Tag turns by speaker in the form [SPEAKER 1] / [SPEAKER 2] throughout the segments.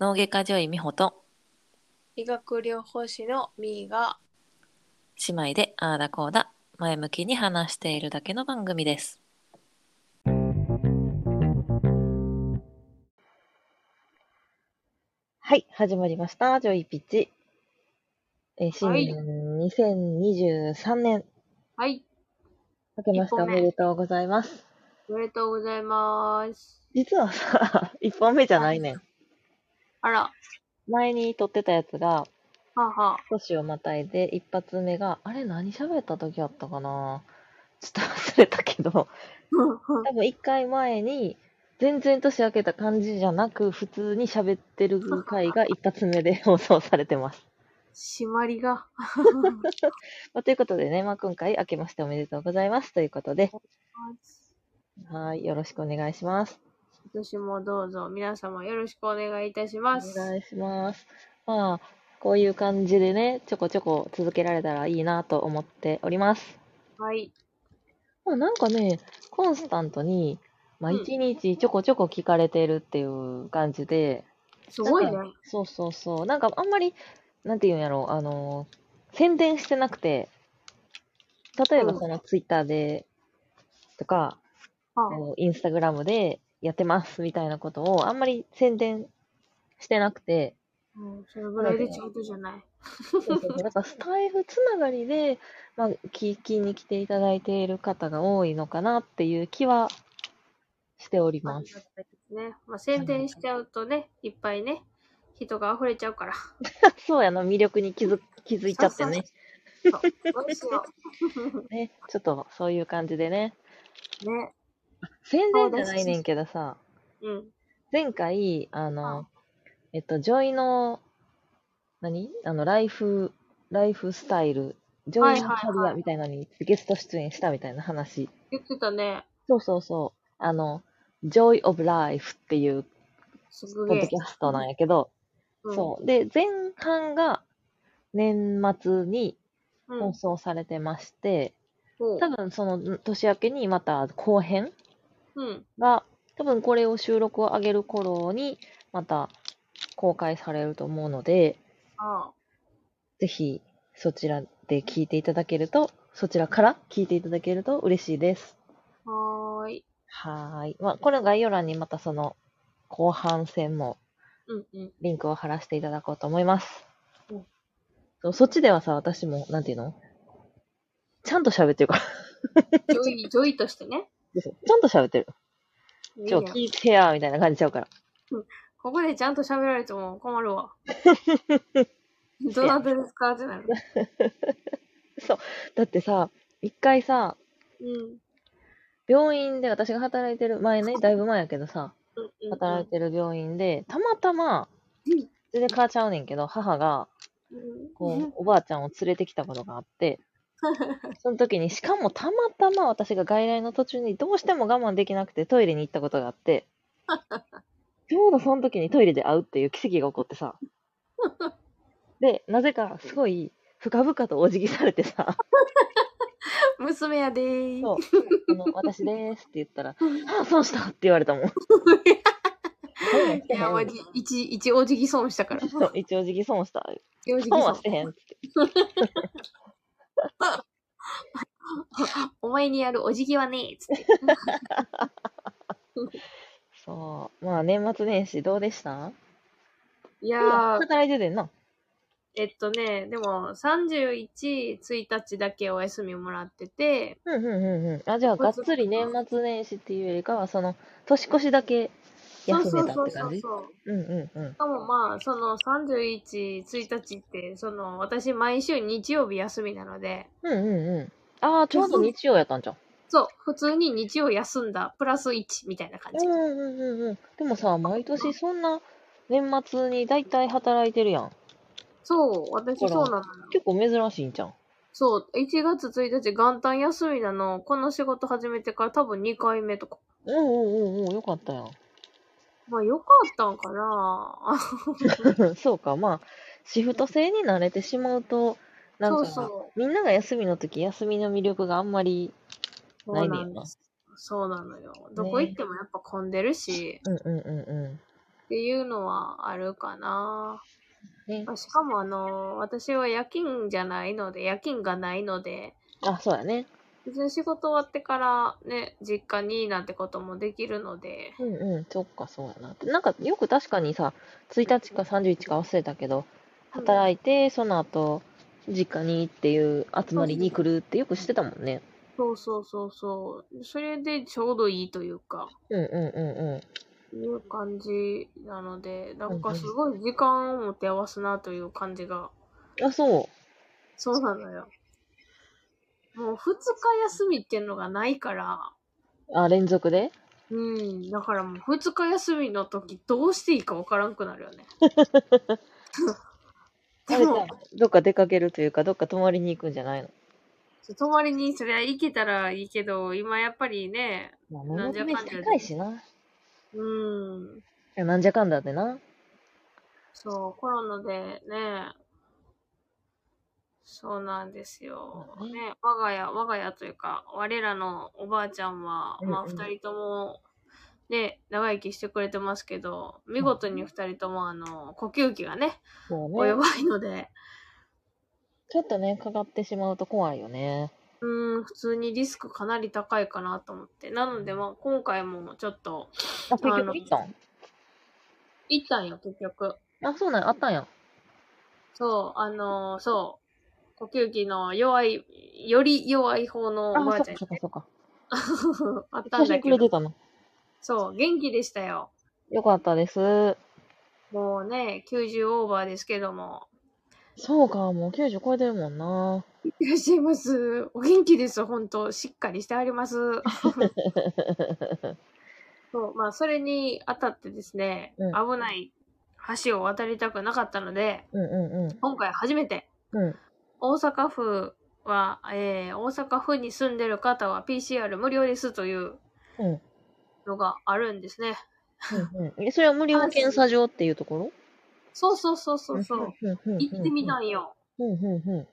[SPEAKER 1] 脳外科女医美穂と
[SPEAKER 2] 医学療法士のみーが
[SPEAKER 1] 姉妹でああだこうだ前向きに話しているだけの番組です。
[SPEAKER 3] はい、始まりました。ジョイピッチ。えー、新
[SPEAKER 2] はい
[SPEAKER 3] 年2023年、
[SPEAKER 2] はい
[SPEAKER 3] 明けまして
[SPEAKER 2] 一
[SPEAKER 3] お
[SPEAKER 2] 本目
[SPEAKER 3] めでとうございます。
[SPEAKER 2] おめでとうございます
[SPEAKER 3] 実はさ、 一本目じゃないねん。
[SPEAKER 2] あらは
[SPEAKER 3] 前に撮ってたやつが、
[SPEAKER 2] あはあ
[SPEAKER 3] 年をまたいで、一発目が、あれ何喋った時あったかなちょっと忘れたけど、多分一回前に、全然年明けた感じじゃなく、普通に喋ってる回が一発目で 放送されてます。
[SPEAKER 2] 締まりが
[SPEAKER 3] まあ、ということでね、まあ、今回明けましておめでとうございますということで、はい、よろしくお願いします。
[SPEAKER 2] 今年もどうぞ皆様よろしくお願いいたし
[SPEAKER 3] お
[SPEAKER 2] ます
[SPEAKER 3] 願いします。まあ、こういう感じでね、ちょこちょこ続けられたらいいなと思っております。
[SPEAKER 2] はい
[SPEAKER 3] まあ、なんかね、コンスタントに、まあ、
[SPEAKER 2] うん
[SPEAKER 3] 一日ちょこちょこ聞かれてるっていう感じで、
[SPEAKER 2] すごいね
[SPEAKER 3] なんかそうそうそう、なんかあんまり、なんていうんやろう、あのー宣伝してなくて、例えば
[SPEAKER 2] うん
[SPEAKER 3] そのツイッターで、とか、
[SPEAKER 2] はあ
[SPEAKER 3] こうインスタグラムでやってますみたいなことをあんまり宣伝してなく て、
[SPEAKER 2] うんそれぐらいでちょうどじゃない
[SPEAKER 3] そうそうそうだからスタイフつながりで、まあ、聞きに来ていただいている方が多いのかなっていう気はしており
[SPEAKER 2] あ
[SPEAKER 3] ま
[SPEAKER 2] り
[SPEAKER 3] す。
[SPEAKER 2] がたいですねまあ宣伝しちゃうとねいっぱいね人が溢れちゃうから
[SPEAKER 3] そうやな、魅力に気づ気づいちゃってね。
[SPEAKER 2] そうどうしよ
[SPEAKER 3] ね、ちょっとそういう感じでね。
[SPEAKER 2] うね
[SPEAKER 3] 宣伝じゃないねんけどさ、
[SPEAKER 2] うん
[SPEAKER 3] 前回、あ
[SPEAKER 2] うん
[SPEAKER 3] の、えっと、ジョイの、何あの、ライフ、ライフスタイル、ジョイのキャリアみたいなのにゲスト出演したみたいな話。
[SPEAKER 2] 言ってたね
[SPEAKER 3] そうそうそう。あの、Joy of Life っていう
[SPEAKER 2] す
[SPEAKER 3] ポッ
[SPEAKER 2] げ
[SPEAKER 3] ド
[SPEAKER 2] え
[SPEAKER 3] キャストなんやけど、
[SPEAKER 2] うん
[SPEAKER 3] そう。で、前半が年末に
[SPEAKER 2] うん
[SPEAKER 3] 放送されてまして、
[SPEAKER 2] ほう
[SPEAKER 3] 多分その年明けにまた後編
[SPEAKER 2] うん
[SPEAKER 3] が、多分これを収録を上げる頃にまた公開されると思うので、
[SPEAKER 2] ああ
[SPEAKER 3] ぜひそちらで聞いていただけると、そちらから聞いていただけると嬉しいです。
[SPEAKER 2] はーい。
[SPEAKER 3] はーい。まあ、この概要欄にまたその後半戦も
[SPEAKER 2] うんうん。
[SPEAKER 3] リンクを貼らせていただこうと思います。
[SPEAKER 2] うん
[SPEAKER 3] そうそっちではさ、私も、なんていうのちゃんと喋ってるから。
[SPEAKER 2] ジョイ、ジョイとして ね。
[SPEAKER 3] 嘘ちゃんと喋ってる。
[SPEAKER 2] いい
[SPEAKER 3] ちょ、
[SPEAKER 2] やん
[SPEAKER 3] 聞いてや、みたいな感じちゃうから。
[SPEAKER 2] ここでちゃんと喋られても困る わ。どなたですかってなる。
[SPEAKER 3] だってさ、一回さ、
[SPEAKER 2] うん。
[SPEAKER 3] 病院で私が働いてる、前ね、だいぶ前やけどさ、
[SPEAKER 2] うんうん
[SPEAKER 3] 働いてる病院で、たまたま
[SPEAKER 2] うん、
[SPEAKER 3] 全然母ちゃうねんけど、母が、こう、おばあちゃんを連れてきたことがあ って、その時に、しかもたまたま私が外来の途中にどうしても我慢できなくてトイレに行ったことがあ って、ちょうどその時にトイレで会うっていう奇跡が起こって さ。で、なぜかすごい深々とお辞儀されてさ、
[SPEAKER 2] うん娘やで ー
[SPEAKER 3] そうあの私ですって言ったら、あ、損したって言われ たもん。
[SPEAKER 2] いや、おじ、一、一おじぎ損したから。
[SPEAKER 3] そう一応お辞儀損した。
[SPEAKER 2] おじぎ
[SPEAKER 3] 損はし。
[SPEAKER 2] 損
[SPEAKER 3] てへんっつって。
[SPEAKER 2] お前にやるおじぎはねー っつって。
[SPEAKER 3] そう。まあ年末年始どうでした
[SPEAKER 2] いやー、
[SPEAKER 3] 働いててんな。
[SPEAKER 2] えっとね、でも、31、1日だけお休みもらってて、
[SPEAKER 3] うんうんうんうん。あ、じゃあ、がっつり年末年始っていうよりかは、その、年越しだけ
[SPEAKER 2] そう
[SPEAKER 3] 休
[SPEAKER 2] そ
[SPEAKER 3] め
[SPEAKER 2] う
[SPEAKER 3] た
[SPEAKER 2] そ
[SPEAKER 3] っ
[SPEAKER 2] う
[SPEAKER 3] て感
[SPEAKER 2] そう
[SPEAKER 3] じ
[SPEAKER 2] そう。
[SPEAKER 3] うんうんうん
[SPEAKER 2] し。かもまあ、その31、1日って、その私毎週日曜日休みなので、
[SPEAKER 3] うんうんうん。ああ、ちょうど日曜やったんじゃん。
[SPEAKER 2] そう、普通に日曜休んだ、プラス1みたいな感
[SPEAKER 3] う
[SPEAKER 2] じ。
[SPEAKER 3] んうんうんうん。でもさ、毎年そんな年末に大体働いてるやん。
[SPEAKER 2] そう、私そう
[SPEAKER 3] ほら
[SPEAKER 2] なのよ。
[SPEAKER 3] 結構珍しいんじゃん。
[SPEAKER 2] そう、1月1日元旦休みなの、この仕事始めてから多分2回目とか。
[SPEAKER 3] うんうんうんうん、よかったや
[SPEAKER 2] まあ、よかったんかな
[SPEAKER 3] ん。 そうか、まあ、シフト制に慣れてしまうと、なん
[SPEAKER 2] そ
[SPEAKER 3] か、
[SPEAKER 2] うそう。
[SPEAKER 3] みんなが休みの時、休みの魅力があんまり
[SPEAKER 2] そう
[SPEAKER 3] ない
[SPEAKER 2] な
[SPEAKER 3] ね
[SPEAKER 2] ん
[SPEAKER 3] んな
[SPEAKER 2] です。そうなのよ。どこ行ってもやっぱ混んでるし、
[SPEAKER 3] うんうんうんう
[SPEAKER 2] っていうのはあるかな。
[SPEAKER 3] ん。ね。
[SPEAKER 2] あしかもあの、私は夜勤じゃないので、夜勤がないので、
[SPEAKER 3] あ、そうやね。
[SPEAKER 2] 別に仕事終わってからね、実家になんてこともできるので、
[SPEAKER 3] うんうん。そっか、そうやな。なんか、よく確かにさ、1日か31か忘れたけど、働いて、その後、実家にっていう、集まりに来るってよくしてたもんね。
[SPEAKER 2] そうそうそうそう。それでちょうどいいというか、
[SPEAKER 3] うんうんうんう
[SPEAKER 2] いう感じなので、なんかすごい時間を持て合わすなという感じが、
[SPEAKER 3] ん。あ、そう。
[SPEAKER 2] そうなのよ。もう2日休みっていうのがないから、
[SPEAKER 3] あ、連続で
[SPEAKER 2] うん、だからもう2日休みの時どうしていいかわからんくなる よね。でも、
[SPEAKER 3] どっか出かけるというか、どっか泊まりに行くんじゃないの
[SPEAKER 2] 泊まりにそりゃ行けたらいいけど、今やっぱりね、
[SPEAKER 3] まあ、
[SPEAKER 2] な
[SPEAKER 3] 物
[SPEAKER 2] んじゃ
[SPEAKER 3] の
[SPEAKER 2] かんじゃ
[SPEAKER 3] 飯高いしな。
[SPEAKER 2] うん、
[SPEAKER 3] なんじゃかんだってな。
[SPEAKER 2] そう、コロナでね、そうなんですよ。
[SPEAKER 3] まあね
[SPEAKER 2] ね、我が家、我が家というか、我らのおばあちゃんは、
[SPEAKER 3] うんうん
[SPEAKER 2] まあ2人とも、ね、長生きしてくれてますけど、見事に2人ともあの、呼吸器がね、
[SPEAKER 3] そう
[SPEAKER 2] お
[SPEAKER 3] ね。
[SPEAKER 2] 弱いので、
[SPEAKER 3] ちょっとね、かかってしまうと怖いよね。
[SPEAKER 2] うーん、普通にリスクかなり高いかなと思って。なので、まあ、今回もちょっと、
[SPEAKER 3] あ、結
[SPEAKER 2] あ
[SPEAKER 3] 局
[SPEAKER 2] の
[SPEAKER 3] 行ったん
[SPEAKER 2] 行ったんよ、結局。
[SPEAKER 3] あ、そうなんやあったんや。
[SPEAKER 2] そう、あのーそう、呼吸器の弱い、より弱い方の
[SPEAKER 3] あ、
[SPEAKER 2] おばあ
[SPEAKER 3] そっ
[SPEAKER 2] ちゃ
[SPEAKER 3] か
[SPEAKER 2] ん
[SPEAKER 3] そっかそっか。
[SPEAKER 2] あった
[SPEAKER 3] 写
[SPEAKER 2] んだ
[SPEAKER 3] 真く
[SPEAKER 2] け
[SPEAKER 3] れて
[SPEAKER 2] ど、
[SPEAKER 3] たの。
[SPEAKER 2] そう、元気でしたよ。
[SPEAKER 3] よかったです。
[SPEAKER 2] もうね、90オーバーですけども。
[SPEAKER 3] そうか、もう90超えてるもんな。
[SPEAKER 2] いらっしゃいます。お元気です、本当しっかりしてあ ります。そう、まあ、それにあたってですね、
[SPEAKER 3] うん
[SPEAKER 2] 危ない橋を渡りたくなかったので、
[SPEAKER 3] うんうんう
[SPEAKER 2] 今回初めて、
[SPEAKER 3] ん。うん。
[SPEAKER 2] 大阪府は、えー大阪府に住んでる方は PCR 無料ですという
[SPEAKER 3] うん。
[SPEAKER 2] のがあるんですね。
[SPEAKER 3] うんうん、えそれは無料検査場っていうところ
[SPEAKER 2] そうそうそうそうそう。
[SPEAKER 3] んんうんうん
[SPEAKER 2] 行ってみたんよ。
[SPEAKER 3] うんうんう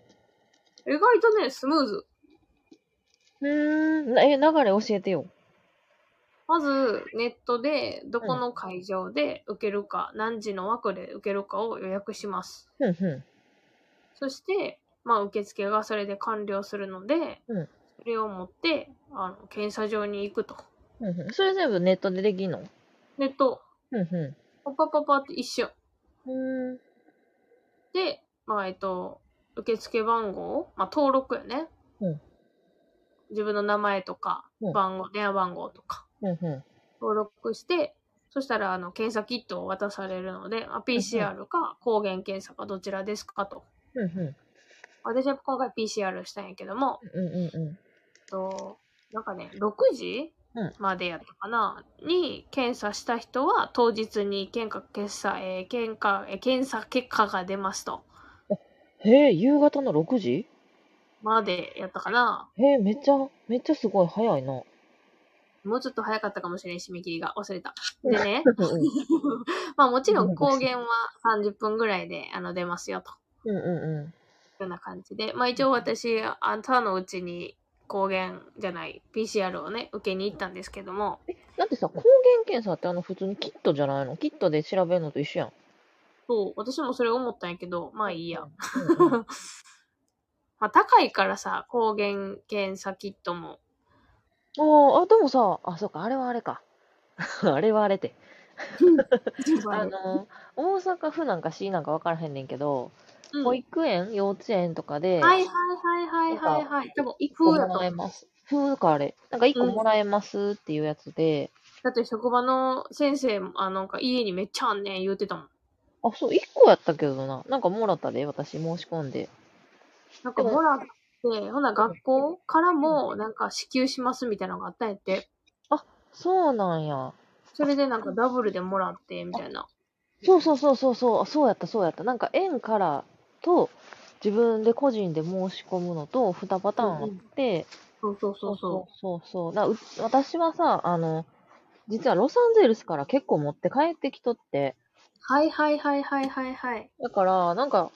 [SPEAKER 2] 意外とね、スムーズ。
[SPEAKER 3] ん。うーん。え、流れ教えてよ。
[SPEAKER 2] まず、ネットで、どこの会場で受けるか、何時の枠で受けるかを予約します。
[SPEAKER 3] うんう
[SPEAKER 2] そして、まあ、受付がそれで完了するので、
[SPEAKER 3] うん
[SPEAKER 2] それを持って、あの、検査場に行くと。
[SPEAKER 3] ん。うんうん、それ全部ネットでできんの
[SPEAKER 2] ネット、
[SPEAKER 3] うんう
[SPEAKER 2] パパパパって一緒。
[SPEAKER 3] ん。う
[SPEAKER 2] で、まあ、えっと、受付番号、まあ、登録やね。
[SPEAKER 3] うん
[SPEAKER 2] 自分の名前とか、
[SPEAKER 3] うん
[SPEAKER 2] 番号、電話番号とか、
[SPEAKER 3] ーん。うんう
[SPEAKER 2] 登録して、そしたら、あの、検査キットを渡されるので、あ PCR か抗原検査かどちらですかと。
[SPEAKER 3] ん。うんうん。
[SPEAKER 2] 私は今回 PCR したんやけども、
[SPEAKER 3] うんうんう
[SPEAKER 2] えっと、なんかね、6時
[SPEAKER 3] うん
[SPEAKER 2] までやったかな、に検査した人は当日に検査決査、えー検査えー検査結果が出ますと。
[SPEAKER 3] ん。へえ、夕方の6時
[SPEAKER 2] までやったかな
[SPEAKER 3] へえ、めっちゃ、めっちゃすごい早いな。
[SPEAKER 2] もうちょっと早かったかもしれん、締め切りが。忘れた。でね、
[SPEAKER 3] うんうん
[SPEAKER 2] まあもちろん抗原は30分ぐらいであの出ますよと。
[SPEAKER 3] うんう
[SPEAKER 2] いうような感じで。まあ一応私、あんたのうちに抗原じゃない、PCR をね、受けに行ったんですけども、
[SPEAKER 3] ん。だってさ、抗原検査ってあの普通にキットじゃないのキットで調べるのと一緒やん。
[SPEAKER 2] そう、私もそれ思ったんやけど、まあいいや。
[SPEAKER 3] うんうん。
[SPEAKER 2] まあ高いからさ、抗原検査キットも。
[SPEAKER 3] あーあ、でもさ、あ、そうか、あれはあれか。 あれはあれって。あの、大阪府なんか市なんか分からへんねんけど、
[SPEAKER 2] うん
[SPEAKER 3] 保育園、幼稚園とかで、
[SPEAKER 2] はいはいはいはいはいはい。多分、
[SPEAKER 3] 1個
[SPEAKER 2] 風だ
[SPEAKER 3] も
[SPEAKER 2] と
[SPEAKER 3] らえ
[SPEAKER 2] 思う。
[SPEAKER 3] ます。風かあれ。なんか1個
[SPEAKER 2] うん
[SPEAKER 3] もらえますっていうやつで、
[SPEAKER 2] だって職場の先生も、あなんか家にめっちゃあんねん言うてたもん。
[SPEAKER 3] あ、そう、1個やったけどな。なんかもらったで、私申し込んで。
[SPEAKER 2] なんかもらって、ほな学校からもなんか支給しますみたいなのがあったんやって。
[SPEAKER 3] そうなんや。
[SPEAKER 2] それでなんかダブルでもらって、みたいな。
[SPEAKER 3] そうそうそうそうそう、あそうやった、そうやった。なんか園からと、自分で個人で申し込むのと2パターンあって、
[SPEAKER 2] そうそうそうそう
[SPEAKER 3] そうそうなう私はさ、あの、実はロサンゼルスから結構持って帰ってきとって、
[SPEAKER 2] う。はいはいはいはいはいはい。
[SPEAKER 3] だから、なんか、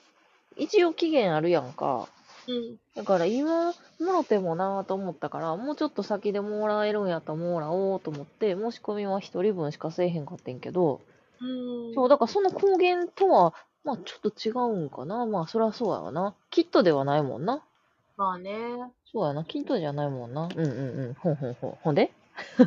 [SPEAKER 3] 一応期限あるやんか。
[SPEAKER 2] うん。
[SPEAKER 3] だから今もろてもなぁと思ったから、もうちょっと先でもらえるんやったらもらおうと思って、申し込みは一人分しかせえへんかってんけど、
[SPEAKER 2] うん。
[SPEAKER 3] そう、だからその公言とは、まあちょっと違うんかな。まあそりゃそうやわな。キットではないもんな。
[SPEAKER 2] まあね。
[SPEAKER 3] そうやな。キットじゃないもんな。うんうんうん。ほんほんほん。ほんで
[SPEAKER 2] で、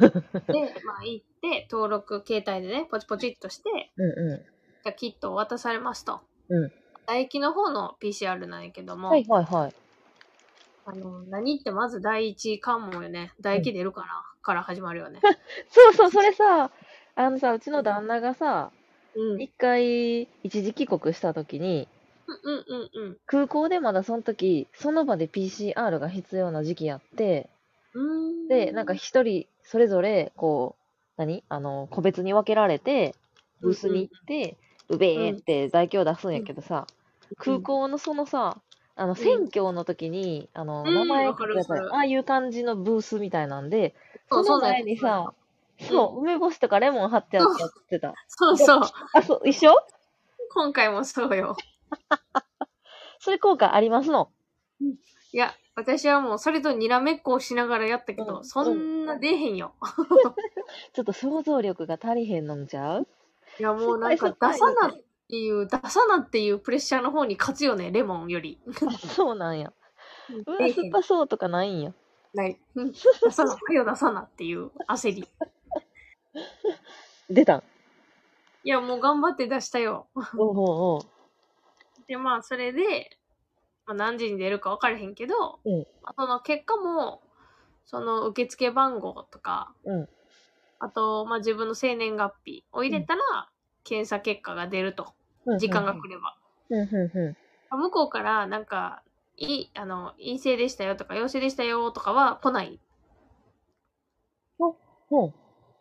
[SPEAKER 2] まあ行って、登録携帯でね、ポチポチっとして、
[SPEAKER 3] うんう
[SPEAKER 2] じゃあキットを渡されますと。
[SPEAKER 3] うん。
[SPEAKER 2] 唾液の方の PCR なんやけど
[SPEAKER 3] ん。
[SPEAKER 2] も、
[SPEAKER 3] はいはいはい。
[SPEAKER 2] あの何ってまず第一関門よね。唾液出るから、から始まるよね。
[SPEAKER 3] そうそう、それさ、あのさ、うちの旦那がさ、
[SPEAKER 2] うん。うん
[SPEAKER 3] 一回、一時帰国した時に、
[SPEAKER 2] うんうんうん。
[SPEAKER 3] 空港でまだその時、その場で PCR が必要な時期やって、
[SPEAKER 2] うーん
[SPEAKER 3] で、なんか一人それぞれ、こう、何あの、個別に分けられて、ブースに行って、うべーって在京出すんやけどさ、空港のそのさ、あの、選挙の時に、あの、
[SPEAKER 2] うん
[SPEAKER 3] 名前
[SPEAKER 2] わかるわかる
[SPEAKER 3] ああいう感じのブースみたいなんで、
[SPEAKER 2] そ
[SPEAKER 3] そうの前にさ、そう、梅干しとかレモン貼ってあってやってた。
[SPEAKER 2] そうそう。
[SPEAKER 3] あ、そう、一緒
[SPEAKER 2] 今回もそうよ。
[SPEAKER 3] それ効果ありますの
[SPEAKER 2] いや、私はもうそれとにらめっこをしながらやったけ
[SPEAKER 3] う
[SPEAKER 2] ど、
[SPEAKER 3] ん
[SPEAKER 2] そんな出えへんよ。
[SPEAKER 3] ちょっと想像力が足りへんのんちゃう
[SPEAKER 2] いや、もうなんか
[SPEAKER 3] そ
[SPEAKER 2] 出
[SPEAKER 3] っか
[SPEAKER 2] さ
[SPEAKER 3] そっか
[SPEAKER 2] なっていう、出さなっていうプレッシャーの方に勝つよね、レモンより。
[SPEAKER 3] あそうなんや。うわ、
[SPEAKER 2] 出えへん
[SPEAKER 3] 酸っぱそうとかないんや。
[SPEAKER 2] ない。うん出さな、はよ出さなっていう焦り。
[SPEAKER 3] 出たん。
[SPEAKER 2] いや、もう頑張って出したよ。
[SPEAKER 3] おうおう
[SPEAKER 2] で、まあ、それで、まあ、何時に出るか分からへんけど、
[SPEAKER 3] うん
[SPEAKER 2] まあその結果も、その受付番号とか、
[SPEAKER 3] うん
[SPEAKER 2] あと、まあ、自分の生年月日を入れたら、検査結果が出ると。
[SPEAKER 3] おう。
[SPEAKER 2] 時間が来れば。
[SPEAKER 3] うんうんう
[SPEAKER 2] 向こうから、なんか、いい、あの、陰性でしたよとか、陽性でしたよとかは来ない。
[SPEAKER 3] ん。ほう。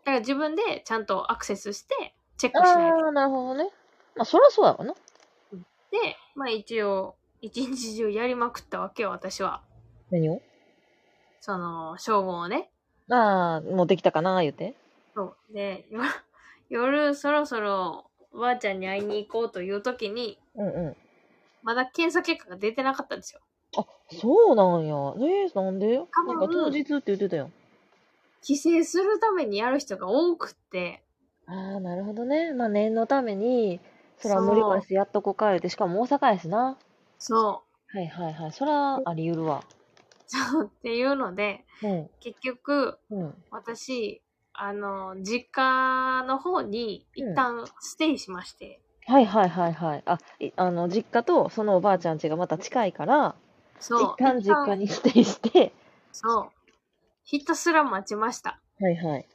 [SPEAKER 2] だから自分でちゃんとアクセスして、チェックしないと。
[SPEAKER 3] ああ、なるほどね。まあ、そりゃそうやわな。
[SPEAKER 2] で、まあ一応、一日中やりまくったわけよ、私は。
[SPEAKER 3] 何を
[SPEAKER 2] その、称号をね。
[SPEAKER 3] ああ、もうできたかな、言うて。
[SPEAKER 2] そう。で、よ 夜そろそろおばあちゃんに会いに行こうという時に、
[SPEAKER 3] うんうん。
[SPEAKER 2] まだ検査結果が出てなかったんですよ。
[SPEAKER 3] そうなんや。ねえ、なんで
[SPEAKER 2] 多
[SPEAKER 3] な
[SPEAKER 2] 分
[SPEAKER 3] んか当日って言ってたよ。
[SPEAKER 2] 帰省するためにやる人が多くって、
[SPEAKER 3] ああ、なるほどね。まあ、念のために、そら
[SPEAKER 2] そう
[SPEAKER 3] 無理からしてやっとこか言うて、しかも大阪やしな。
[SPEAKER 2] そ
[SPEAKER 3] はいはいはい。そらあり得るわ。
[SPEAKER 2] う。 っていうので、
[SPEAKER 3] うん。
[SPEAKER 2] 結局、
[SPEAKER 3] うん。
[SPEAKER 2] 私、あの、実家の方に一旦ステイしまして、
[SPEAKER 3] はいはいはいはい。あ、いあの、実家とそのおばあちゃん家がまた近いから、
[SPEAKER 2] そう。
[SPEAKER 3] 一旦実家にステイして、
[SPEAKER 2] そう。ひたすら待ちました。
[SPEAKER 3] はいはい。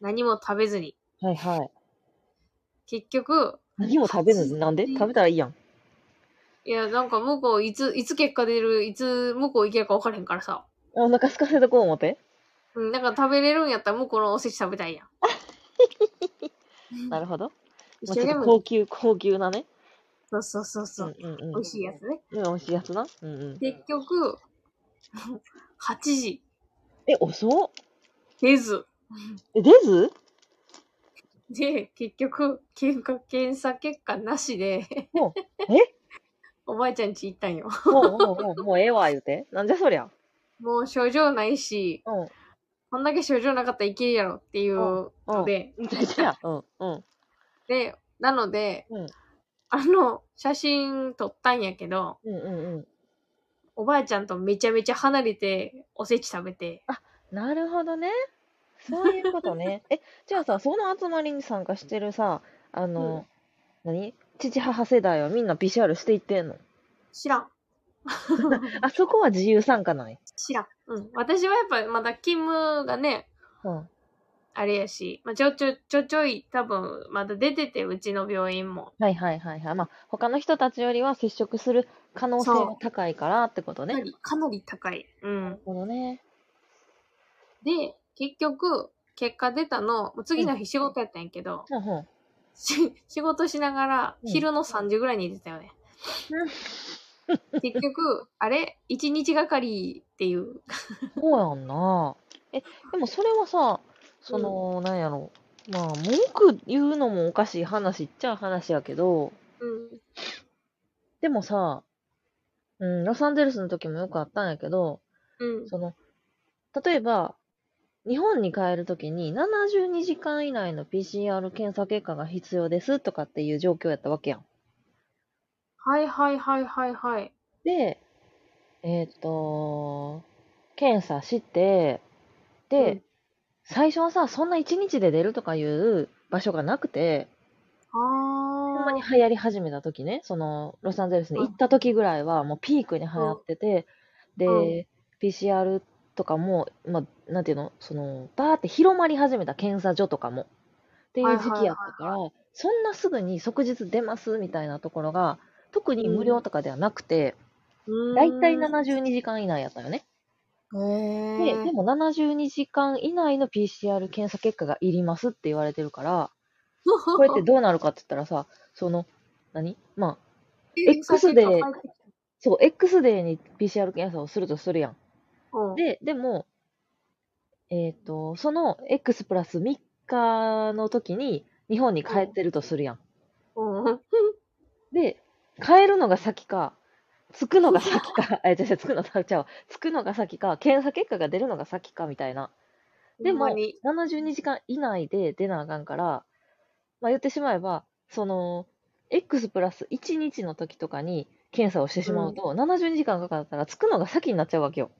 [SPEAKER 2] 何も食べずに。
[SPEAKER 3] はいはい。
[SPEAKER 2] 結局、
[SPEAKER 3] 何も食べずに、なんで
[SPEAKER 2] うん
[SPEAKER 3] 食べたらいいやん。
[SPEAKER 2] いや、なんか向こう、いつ、いつ結果出る、いつ向こう行けるか分からへんからさ。
[SPEAKER 3] お腹空かせとこう思って。
[SPEAKER 2] うん、なんか食べれるんやったらもうこのおせち食べたいやん。
[SPEAKER 3] な
[SPEAKER 2] る
[SPEAKER 3] るほど。
[SPEAKER 2] ほ
[SPEAKER 3] まあ、
[SPEAKER 2] 一
[SPEAKER 3] ちょっ
[SPEAKER 2] 緒で
[SPEAKER 3] と
[SPEAKER 2] も、
[SPEAKER 3] 高級、高級なね。
[SPEAKER 2] そうそうそうそう、
[SPEAKER 3] うんうんうん。
[SPEAKER 2] 美味しいやつね。
[SPEAKER 3] うん。美味しいやつな。うんうん。
[SPEAKER 2] 結局、8時、
[SPEAKER 3] え、遅っ
[SPEAKER 2] 出ず。
[SPEAKER 3] え、出ず
[SPEAKER 2] で、結局、検査、検査結果なしで
[SPEAKER 3] おう、
[SPEAKER 2] おばあちゃん家行ったんよ。
[SPEAKER 3] もう、もう、もう、もうええわ、言うて。なんじゃそりゃ。
[SPEAKER 2] もう症状ないし、
[SPEAKER 3] うん。
[SPEAKER 2] こんだけ症状なかったらいけるやろっていうので、
[SPEAKER 3] じゃじゃうん、うん。
[SPEAKER 2] で、なので、
[SPEAKER 3] うん
[SPEAKER 2] あの、写真撮ったんやけど、
[SPEAKER 3] うん、うん、う
[SPEAKER 2] おばあちゃんとめちゃめちゃ離れて、おせち食べて、
[SPEAKER 3] ん。なるほどね。そういうことね。え、じゃあさ、その集まりに参加してるさ、あの、何父母世代はみんな PCR していってんの
[SPEAKER 2] 知らん。
[SPEAKER 3] あそこは自由参加ない。
[SPEAKER 2] 知らん。うん。私はやっぱまだ勤務がね、
[SPEAKER 3] うん。
[SPEAKER 2] あれやし、まあ、ちょちょ、ちょちょい、多分、まだ出てて、うちの病院も。
[SPEAKER 3] はいはいはいはい。まあ、他の人たちよりは接触する可能性
[SPEAKER 2] そ
[SPEAKER 3] が高いからってこと
[SPEAKER 2] かな
[SPEAKER 3] ね。
[SPEAKER 2] り、かなり高い。うん。
[SPEAKER 3] このね。
[SPEAKER 2] で、結局、結果出たの、もう次の日仕事やったんやけど、
[SPEAKER 3] ほんほん。
[SPEAKER 2] し仕事しながら、
[SPEAKER 3] うん
[SPEAKER 2] 昼の3時ぐらいに出たよね。 結局、あれ ?1 日がかりっていう。
[SPEAKER 3] そうやんな。え、でもそれはさ、その、なんやろ。まあ、文句言うのもおかしい話っちゃ話やけど、
[SPEAKER 2] うん。
[SPEAKER 3] でもさ、うん、ロサンゼルスの時もよくあったんやけど、
[SPEAKER 2] うん。
[SPEAKER 3] その、例えば、日本に帰るときに72時間以内の PCR 検査結果が必要ですとかっていう状況やったわけやん。
[SPEAKER 2] はいはいはいはいはい。
[SPEAKER 3] で、えっ、と、検査して、で、
[SPEAKER 2] うん
[SPEAKER 3] 最初はさ、そんな1日で出るとかいう場所がなくて、
[SPEAKER 2] あ
[SPEAKER 3] ほんまに
[SPEAKER 2] ー。
[SPEAKER 3] 流行り始めた時ね、そのロサンゼルスに行った時ぐらいはもうピークに流行ってて、
[SPEAKER 2] う
[SPEAKER 3] で、PCR とかも、まあ、なんていうの、その、バーって広まり始めた検査所とかも。っていう時期やったから、そんなすぐに即日出ますみたいなところが、特に無料とかではなくて、だいたい72時間以内やったよね。
[SPEAKER 2] へ
[SPEAKER 3] で、
[SPEAKER 2] え。
[SPEAKER 3] でも72時間以内の PCR 検査結果がいりますって言われてるから、これってどうなるかって言ったらさ、その、何まあ、X でそう、X デーに PCR 検査をするとするやん。
[SPEAKER 2] うん、
[SPEAKER 3] で、でも、えっ、と、その X プラス3日の時に日本に帰ってるとするやん。
[SPEAKER 2] うん、
[SPEAKER 3] で、帰るのが先か、着くのが先か、え、違う違う、着くの先ちゃうわ着くのが先か、検査結果が出るのが先かみたいな。でも
[SPEAKER 2] ほんまに
[SPEAKER 3] 72時間以内で出なあかんから、まあ言ってしまえば、その、X プラス1日の時とかに検査をしてしまうと、72時間かかったら着くのが先になっちゃうわけよ。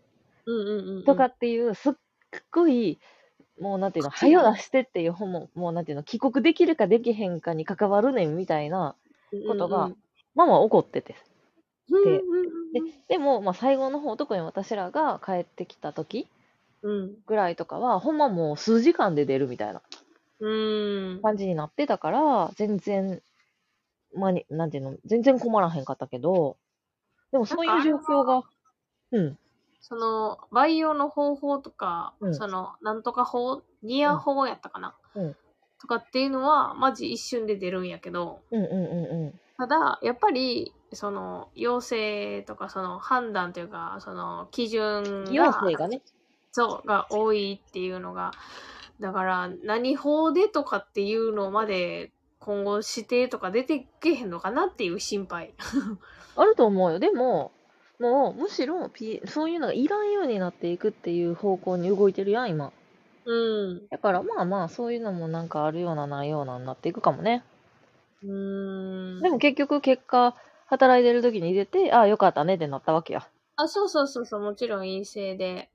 [SPEAKER 2] うんうんうんうん、
[SPEAKER 3] とかっていう、すっごい、もうなんていうの、
[SPEAKER 2] 口が
[SPEAKER 3] 早出してっていう本も、もうなんていうの、帰国できるかできへんかに関わるねんみたいな、ことが
[SPEAKER 2] うん
[SPEAKER 3] まあまあ怒ってて。
[SPEAKER 2] うん
[SPEAKER 3] で
[SPEAKER 2] うん
[SPEAKER 3] ででも、まあ最後の方、特に私らが帰ってきた時
[SPEAKER 2] うん
[SPEAKER 3] ぐらいとかは、ほんまもう数時間で出るみたいな
[SPEAKER 2] うん、うん、
[SPEAKER 3] 感じになってたから、全然、まあに、なんていうの、全然困らへんかったけど、でもそういう状況が、うん、
[SPEAKER 2] その培養の方法とか、
[SPEAKER 3] うん
[SPEAKER 2] そのなんとか法ニア法やったかな、
[SPEAKER 3] うん
[SPEAKER 2] とかっていうのはマジ一瞬で出るんやけど
[SPEAKER 3] うんうんうんうん。
[SPEAKER 2] ただやっぱりその要請とかその判断というかその基準
[SPEAKER 3] 要請がね、
[SPEAKER 2] そう、が多いっていうのが、だから、何法でとかっていうのまで、今後指定とか出てけへんのかなっていう心配。
[SPEAKER 3] あると思うよ。でも、もうむしろ、P、そういうのがいらんようになっていくっていう方向に動いてるやん、今。
[SPEAKER 2] うん。
[SPEAKER 3] だからまあまあ、そういうのもなんかあるようなないようなになっていくかもね。
[SPEAKER 2] うーん。
[SPEAKER 3] でも結局、結果、働いてる時に出て、ああ、よかったねってなったわけや。
[SPEAKER 2] あ、そうそうそうそう、もちろん陰性で。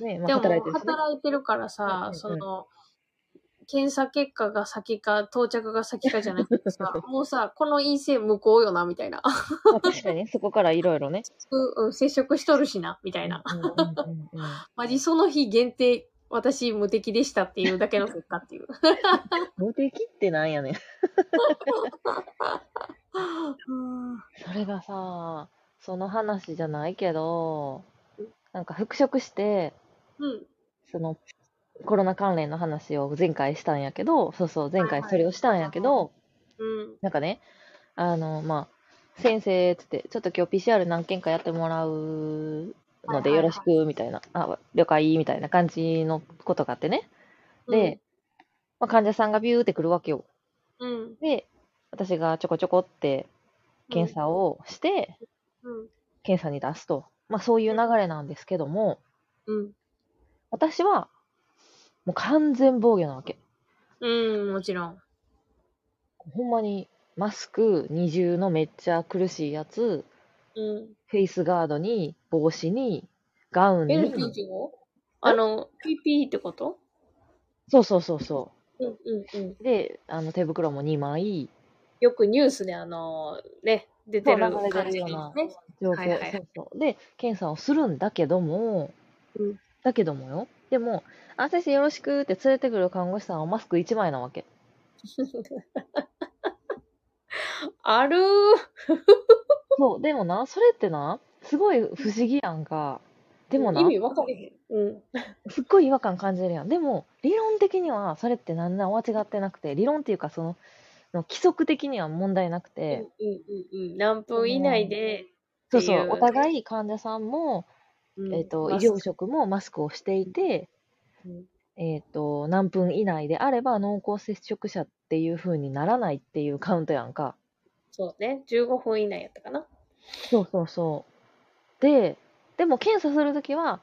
[SPEAKER 3] ね、ま
[SPEAKER 2] で
[SPEAKER 3] あ、
[SPEAKER 2] も、
[SPEAKER 3] 働いてるしね。
[SPEAKER 2] 働いてるから
[SPEAKER 3] うんうん
[SPEAKER 2] さ
[SPEAKER 3] う、ん
[SPEAKER 2] その、検査結果が先か、到着が先かじゃなくてさ、もうさ、この陰性無効よな、みたいな。
[SPEAKER 3] まあ確かに、そこからいろいろね。
[SPEAKER 2] うん、うん接触しとるしな、みたいな。
[SPEAKER 3] うんうんうんうん
[SPEAKER 2] マジその日限定、私無敵でしたっていうだけの結果っていう。
[SPEAKER 3] 無敵ってなんやねん。
[SPEAKER 2] うん
[SPEAKER 3] それがさ、その話じゃないけど、なんか復職して、
[SPEAKER 2] うん。
[SPEAKER 3] そのコロナ関連の話を前回したんやけど、そうそう、前
[SPEAKER 2] はい
[SPEAKER 3] 回
[SPEAKER 2] はい
[SPEAKER 3] それをしたんやけど、
[SPEAKER 2] うん。
[SPEAKER 3] なんかね、あの、まあ、先生っつって、ちょっと今日 PCR 何件かやってもらうので
[SPEAKER 2] はいはいはい
[SPEAKER 3] よろしく、みたいな、あ、了解、みたいな感じのことがあってね。で、、まあ、患者さんがビューって来るわけよ。
[SPEAKER 2] うん。
[SPEAKER 3] で、私がちょこちょこって検査をして、
[SPEAKER 2] うん。
[SPEAKER 3] 検査に出すと。まあ、そういう流れなんですけども、
[SPEAKER 2] うん。
[SPEAKER 3] 私は、もう完全防御なわけ。
[SPEAKER 2] うん、もちろん。
[SPEAKER 3] ほんまに、マスク、二重のめっちゃ苦しいやつ、
[SPEAKER 2] うん。
[SPEAKER 3] フェイスガードに、帽子に、ガウンに、
[SPEAKER 2] N95? あの、PP ってこと
[SPEAKER 3] そうそうそうそ
[SPEAKER 2] うんうんうん。
[SPEAKER 3] う。で、あの、手袋も2枚、
[SPEAKER 2] よくニュースであの、ね、出てる
[SPEAKER 3] そう流れ
[SPEAKER 2] 感
[SPEAKER 3] てる
[SPEAKER 2] じ
[SPEAKER 3] よう
[SPEAKER 2] の
[SPEAKER 3] な
[SPEAKER 2] ね。
[SPEAKER 3] 状況、
[SPEAKER 2] はいはい
[SPEAKER 3] そうそう。で、検査をするんだけども、
[SPEAKER 2] うん
[SPEAKER 3] だけどもよ。でも、あ、先生よろしくって連れてくる看護師さんはマスク1枚なわけ。
[SPEAKER 2] あるー。
[SPEAKER 3] そう、でもな、それってな、すごい不思議やんか。でもな
[SPEAKER 2] 意、味分かれへん。うん。
[SPEAKER 3] すっごい違和感感じるやん。でも、理論的には、それって何ら間違ってなくて、理論っていうか、その、の規則的には問題なく
[SPEAKER 2] うん
[SPEAKER 3] て、
[SPEAKER 2] うんうんうん。何分以内で、
[SPEAKER 3] そうそ
[SPEAKER 2] っていう
[SPEAKER 3] う、お互い患者さんも、えっと、医療職もマスクをしていて、
[SPEAKER 2] うん
[SPEAKER 3] えっと、何分以内であれば、濃厚接触者っていう風にならないっていうカウントやんか。
[SPEAKER 2] そうね。15分以内やったかな。
[SPEAKER 3] そうそうそで、でも検査するときは、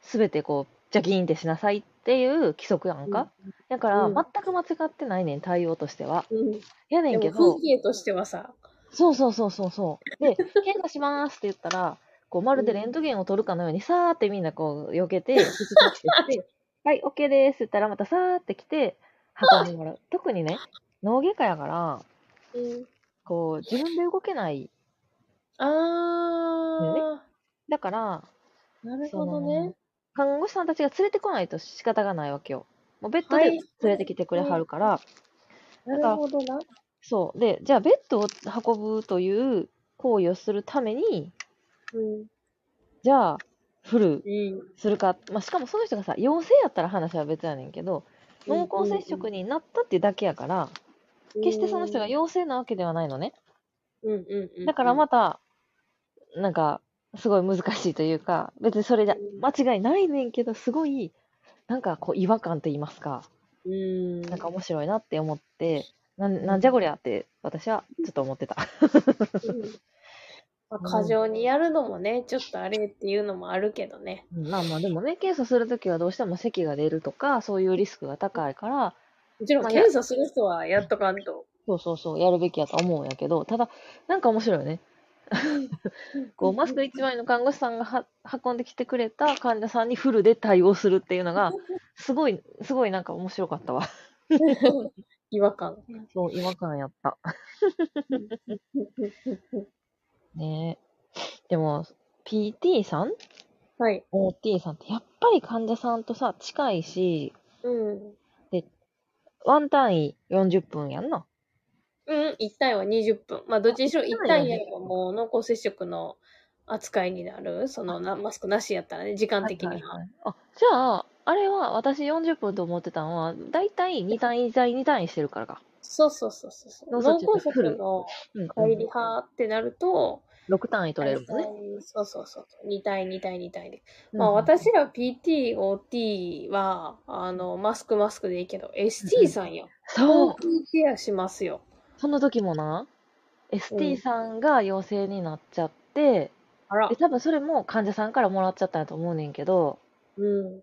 [SPEAKER 3] すべてこう、ジャキーンってしなさいっていう規則やんか。だから、
[SPEAKER 2] うん
[SPEAKER 3] 全く間違ってないねん、対応としては。
[SPEAKER 2] うん、
[SPEAKER 3] やね
[SPEAKER 2] で
[SPEAKER 3] んけ
[SPEAKER 2] も
[SPEAKER 3] ど
[SPEAKER 2] 風、景としてはさ、
[SPEAKER 3] そうそうそうそうそう。で、検査しますって言ったら、こう、まるでレントゲンを取るかのように、さーってみんなこう、避 けて、口パチパチして、はい、OK ですって言ったら、またさーって来て、運んでもらう。特にね、脳外科やから、
[SPEAKER 2] うん、
[SPEAKER 3] こう、自分で動けない。
[SPEAKER 2] あ
[SPEAKER 3] だから、
[SPEAKER 2] ー、なる
[SPEAKER 3] そ
[SPEAKER 2] ほど
[SPEAKER 3] の
[SPEAKER 2] ね。
[SPEAKER 3] 看護師さんたちが連れてこないと仕方がないわけよ。もうベッドで
[SPEAKER 2] はい
[SPEAKER 3] 連れてきてくれはるから、
[SPEAKER 2] な
[SPEAKER 3] だから
[SPEAKER 2] るほどな。
[SPEAKER 3] そう。で、じゃあベッドを運ぶという行為をするために、
[SPEAKER 2] うん、
[SPEAKER 3] じゃあ、フル
[SPEAKER 2] うん、
[SPEAKER 3] するか、まあ、しかもその人がさ、陽性やったら話は別やねんけど、濃厚接触になったっていうだけやから、決してその人が陽性なわけではないのね。
[SPEAKER 2] うんうんうんうん、
[SPEAKER 3] だからまた、なんか、すごい難しいというか、別にそれじゃ
[SPEAKER 2] うん
[SPEAKER 3] 間違いないねんけど、すごい、なんかこう違和感と言いますか、
[SPEAKER 2] うん、
[SPEAKER 3] なんか面白いなって思って、なんなんじゃこりゃって私はちょっと思ってた。
[SPEAKER 2] まあ過剰にやるのもね、ちょっとあれっていうのもあるけどね。
[SPEAKER 3] うんまあまあでもね、検査するときはどうしても咳が出るとか、そういうリスクが高いから、
[SPEAKER 2] もちろん
[SPEAKER 3] まあ
[SPEAKER 2] 検査する人はやっとかんと。
[SPEAKER 3] そうそうそう、やるべきやと思うんやけど、ただ、なんか面白いよね。こう、マスク一枚の看護師さんがは運んできてくれた患者さんにフルで対応するっていうのが、すごい、すごいなんか面白かったわ。
[SPEAKER 2] 違和感。
[SPEAKER 3] そう、違和感やった。 ねえ。でも、PT さん
[SPEAKER 2] はい。
[SPEAKER 3] ?OT さんってやっぱり患者さんとさ、近いし、
[SPEAKER 2] うん。
[SPEAKER 3] ワン単位40分やんな。
[SPEAKER 2] うん、1単位は20分。まあ、どっちにしろ1
[SPEAKER 3] 単
[SPEAKER 2] 単
[SPEAKER 3] 位
[SPEAKER 2] 位
[SPEAKER 3] や
[SPEAKER 2] や
[SPEAKER 3] ね
[SPEAKER 2] ればもう濃厚接触の扱いになる。そのなマスクなしやったらね、時間的には。
[SPEAKER 3] あ、じゃあ、あれは私40分と思ってたのは、だいたい2単位在2単位してるからか。
[SPEAKER 2] そうそうそうそう。
[SPEAKER 3] 脳
[SPEAKER 2] 脳
[SPEAKER 3] 卒中
[SPEAKER 2] 梗塞の
[SPEAKER 3] うん、
[SPEAKER 2] 帰り派ってなると、
[SPEAKER 3] 6単位取れるもんね。
[SPEAKER 2] 大体そうそうそう。2対2対2対で。
[SPEAKER 3] うん
[SPEAKER 2] まあ私ら PT、OT は、あの、マスクマスクでいいけど、ST さんよ。
[SPEAKER 3] そう
[SPEAKER 2] コーヒーケアしますよ。
[SPEAKER 3] その時もな、
[SPEAKER 2] う
[SPEAKER 3] ST
[SPEAKER 2] ん
[SPEAKER 3] さんが陽性になっちゃって、
[SPEAKER 2] あら
[SPEAKER 3] で、。多分それも患者さんからもらっちゃったんやと思うねんけど、
[SPEAKER 2] うん。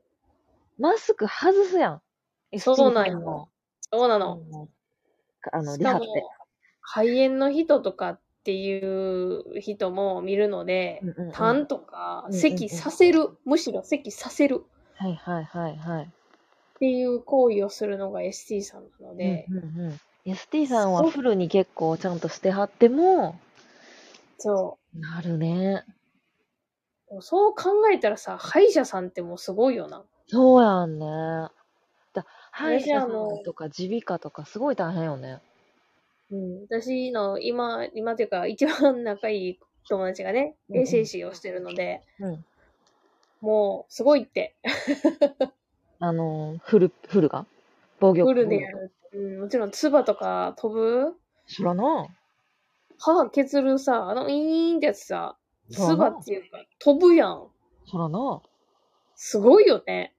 [SPEAKER 3] マスク外すやん。ST
[SPEAKER 2] そうなん
[SPEAKER 3] さ
[SPEAKER 2] よ
[SPEAKER 3] の、
[SPEAKER 2] そうな
[SPEAKER 3] あ
[SPEAKER 2] の。
[SPEAKER 3] の、あの
[SPEAKER 2] し
[SPEAKER 3] リハ
[SPEAKER 2] か
[SPEAKER 3] っ
[SPEAKER 2] も
[SPEAKER 3] て。、
[SPEAKER 2] 肺炎の人とかっていう人も見るので
[SPEAKER 3] うん、うんうん
[SPEAKER 2] 痰、とか
[SPEAKER 3] う、んうんうん
[SPEAKER 2] 咳させる、むしろ咳させる
[SPEAKER 3] はいはいはいはい。
[SPEAKER 2] っていう行為をするのが ST さんなので、
[SPEAKER 3] うんうんうん、ST さんは
[SPEAKER 2] そう
[SPEAKER 3] フルに結構ちゃんとしてはっても、
[SPEAKER 2] そ
[SPEAKER 3] なるね。
[SPEAKER 2] う。そう考えたらさ、歯医者さんってもうすごいよな。
[SPEAKER 3] そうやんね。だ歯医
[SPEAKER 2] 私
[SPEAKER 3] 者さ
[SPEAKER 2] あの
[SPEAKER 3] んとか耳鼻科とかすごい大変よね。
[SPEAKER 2] うん、私の今、今というか、一番仲いい友達がね、
[SPEAKER 3] うんうん
[SPEAKER 2] 衛生士をしてるので、
[SPEAKER 3] うん。
[SPEAKER 2] もう、すごいって、
[SPEAKER 3] あの、フル、フルが防御
[SPEAKER 2] フルでやる。うん、もちろん、唾とか飛ぶ、
[SPEAKER 3] そらな。
[SPEAKER 2] 歯削るさ、あの、イーンってやつさ、
[SPEAKER 3] そうやな
[SPEAKER 2] 唾っていうか、飛ぶやん。
[SPEAKER 3] そらな。
[SPEAKER 2] すごいよね。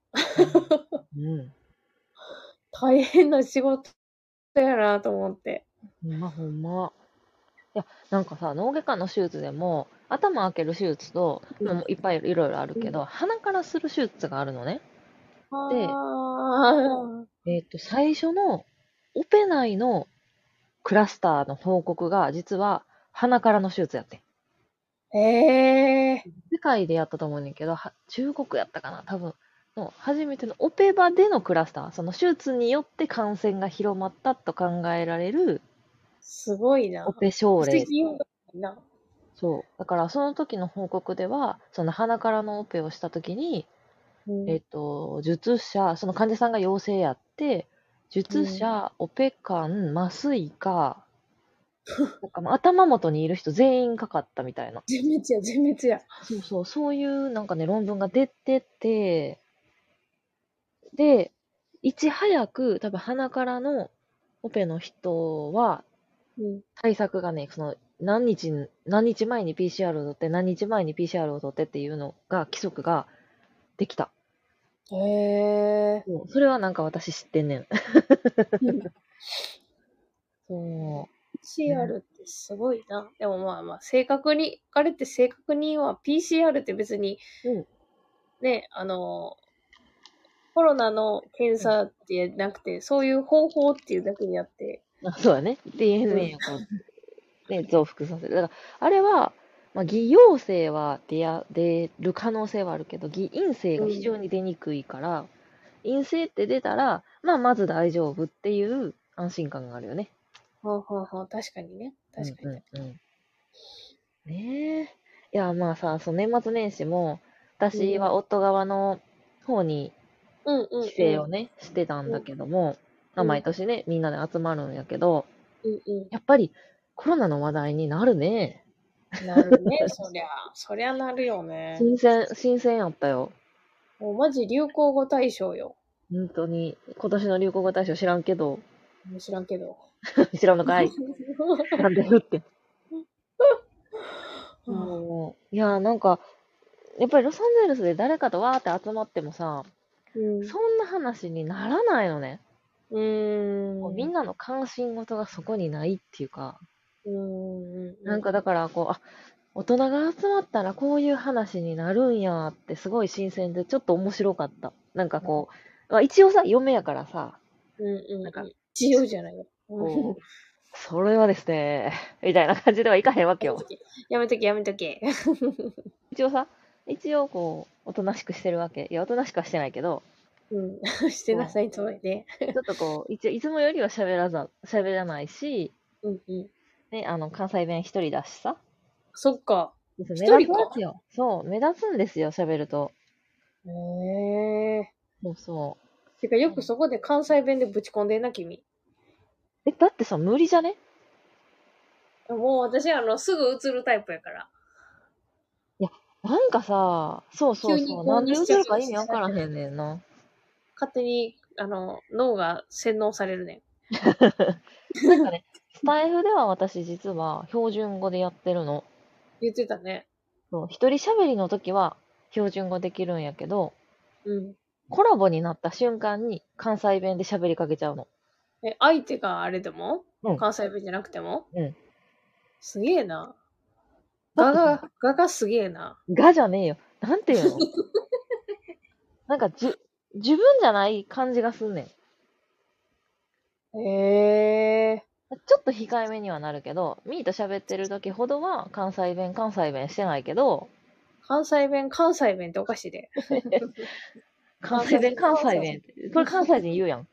[SPEAKER 3] うん。
[SPEAKER 2] 大変な仕事やなと思って。
[SPEAKER 3] ほんまほんま。いや、なんかさ、脳外科の手術でも、頭開ける手術と、
[SPEAKER 2] うん
[SPEAKER 3] もういっぱいいろいろあるけど、鼻からする手術があるのね。
[SPEAKER 2] あ
[SPEAKER 3] えっ、と、最初のオペ内のクラスターの報告が、実は鼻からの手術やってん。
[SPEAKER 2] ーえー、
[SPEAKER 3] 世界でやったと思うねんけど、は中国やったかな、多分の初めてのオペ場でのクラスター、その手術によって感染が広まったと考えられる
[SPEAKER 2] すごいな。
[SPEAKER 3] オペ症
[SPEAKER 2] 不
[SPEAKER 3] 例
[SPEAKER 2] 適用だな。
[SPEAKER 3] そうだからその時の報告ではその鼻からのオペをした時に、
[SPEAKER 2] うん
[SPEAKER 3] えっと術者その患者さんが陽性やって術者、オペ官麻酔科なんかもう頭元にいる人全員かかったみたいな
[SPEAKER 2] 全滅や、全滅や。
[SPEAKER 3] そうそう、そういうなんかね、論文が出てて、で、いち早く、多分鼻からのオペの人は、
[SPEAKER 2] うん
[SPEAKER 3] 対策がね、その、何日、何日前に PCR を取って、何日前に PCR を取ってっていうのが、規則ができた。
[SPEAKER 2] へえ。
[SPEAKER 3] そうそれはなんか私知ってんねん。そう。
[SPEAKER 2] PCR ってすごいな。でもまあまあ、正確に、あれって正確には PCR って別に、
[SPEAKER 3] うん
[SPEAKER 2] ね、あの、コロナの検査ってなくて、そういう方法っていうだけにあって、
[SPEAKER 3] あそうだね。DNA をこう、ね、増幅させる。だから、あれは、まあ、偽陽性は出や出る可能性はあるけど、偽陰性が非常に出にくいから、陰性って出たら、まあ、まず大丈夫っていう安心感があるよね。
[SPEAKER 2] ほうほうほう、確かにね。確かに。
[SPEAKER 3] うんうんうん、ねえ。いや、まあさ、その年末年始も、私は夫側の方に
[SPEAKER 2] うんうん、うん。
[SPEAKER 3] 帰省をね、してたんだけども、まあ
[SPEAKER 2] うん
[SPEAKER 3] 毎年ね、みんなで集まるんやけど、
[SPEAKER 2] うんう
[SPEAKER 3] やっぱりコロナの話題になるね。
[SPEAKER 2] ん。なるね、 そりゃ。そりゃなるよね。
[SPEAKER 3] 新鮮、新鮮やったよ。
[SPEAKER 2] もうマジ流行語大賞よ。
[SPEAKER 3] 本当に、今年の流行語大賞知らんけど、
[SPEAKER 2] 知らんけど。
[SPEAKER 3] 知らんのかい。なんでふって。
[SPEAKER 2] うん
[SPEAKER 3] もういや、なんか、やっぱりロサンゼルスで誰かとわーって集まってもさ、
[SPEAKER 2] うん
[SPEAKER 3] そんな話にならないのね。
[SPEAKER 2] うー。
[SPEAKER 3] こうんみんなの関心事がそこにないっていうか、
[SPEAKER 2] うーん。
[SPEAKER 3] なんかだから、こう、あ、大人が集まったらこういう話になるんやってすごい新鮮でちょっと面白かった。なんかこう、まあ一応さ、嫁やからさ、
[SPEAKER 2] うんうん。
[SPEAKER 3] なんか
[SPEAKER 2] 自由じゃないよ。うん
[SPEAKER 3] こう、それはですね、 みたいな感じではいかへんわけ
[SPEAKER 2] やめ
[SPEAKER 3] よ
[SPEAKER 2] と。けやめとけ、やめとけ。
[SPEAKER 3] 一応さ、一応こう、おとなしくしてるわけ。いや、おとなしくはしてないけど、
[SPEAKER 2] うん。 してなさいとはいね。
[SPEAKER 3] ちょっとこう、一応、いつもよりは喋らざ、喋らないし、
[SPEAKER 2] うんうん。
[SPEAKER 3] ね、あの、関西弁一人だしさ。
[SPEAKER 2] そっか。
[SPEAKER 3] 目立つ
[SPEAKER 2] 人か
[SPEAKER 3] んですよ。そう、目立つんですよ、喋ると。
[SPEAKER 2] へえ。
[SPEAKER 3] そうそ
[SPEAKER 2] てか、よくそこで関西弁でぶち込んでんな、君。
[SPEAKER 3] う。え、だってさ、無理じゃね
[SPEAKER 2] もう私、あの、すぐ映るタイプやから。
[SPEAKER 3] なんかさ、そうそう
[SPEAKER 2] 急に
[SPEAKER 3] そ
[SPEAKER 2] こ
[SPEAKER 3] う、
[SPEAKER 2] う
[SPEAKER 3] なんで
[SPEAKER 2] し
[SPEAKER 3] 映
[SPEAKER 2] ちゃう
[SPEAKER 3] るか意味わからへんねんな。
[SPEAKER 2] 勝手に、あの、脳が洗脳されるね。
[SPEAKER 3] なんかね、スタイフでは私実は標準語でやってるの。
[SPEAKER 2] 言ってたね。
[SPEAKER 3] そう一人喋りの時は標準語できるんやけど、
[SPEAKER 2] うん。
[SPEAKER 3] コラボになった瞬間に関西弁で喋りかけちゃうの。
[SPEAKER 2] え、相手があれでも、
[SPEAKER 3] うん
[SPEAKER 2] 関西弁じゃなくても、
[SPEAKER 3] うん
[SPEAKER 2] すげえな。ガが、ガがすげえな。
[SPEAKER 3] がじゃねえよ。なんて いうのなんかじゅ、自分じゃない感じがすんねん。ち
[SPEAKER 2] へえ。
[SPEAKER 3] ょっと控えめにはなるけど、ミーと喋ってる時ほどは関西弁、関西弁してないけど、
[SPEAKER 2] 関西弁、関西弁っておかしいで。
[SPEAKER 3] 関西弁、関西弁。これ関西人言うやん。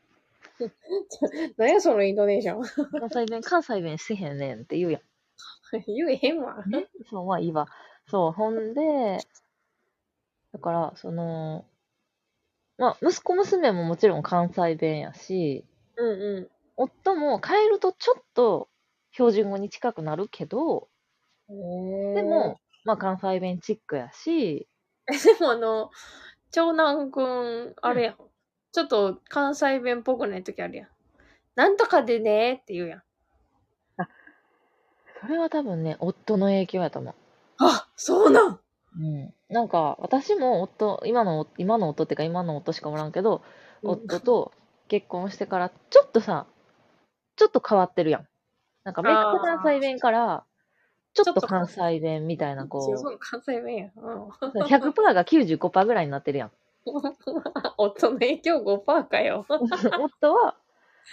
[SPEAKER 2] 何やそのインドネーション。
[SPEAKER 3] 関西弁、関西弁してへんねんって言うやん。
[SPEAKER 2] 言えへんわ。
[SPEAKER 3] そう、まあいいわ。そう、ほんで、だから、その、まあ、息子娘ももちろん関西弁やし、
[SPEAKER 2] うんう
[SPEAKER 3] 夫も変えるとちょっと標準語に近くなるけど、
[SPEAKER 2] ん。へえ
[SPEAKER 3] でも、、まあ関西弁チックやし、
[SPEAKER 2] でもあの、長男くん、あれやん。ちょっと関西弁っぽくない時あるやん。なんとかでねーって言うやん。
[SPEAKER 3] それは多分ね、夫の影響やと思う。
[SPEAKER 2] あ、そうなん
[SPEAKER 3] うん。なんか、私も夫、今の、今の夫っていうか今の夫しかおらんけど、夫と結婚してからちょっとさちょっと変わってるやんなんかめっちゃ関西弁からちょっと関西弁みたいな
[SPEAKER 2] 強
[SPEAKER 3] こ
[SPEAKER 2] そう関西弁やん。うん
[SPEAKER 3] う 100%が95%ぐらいになってるやん
[SPEAKER 2] 夫の影響5%かよ。
[SPEAKER 3] 夫は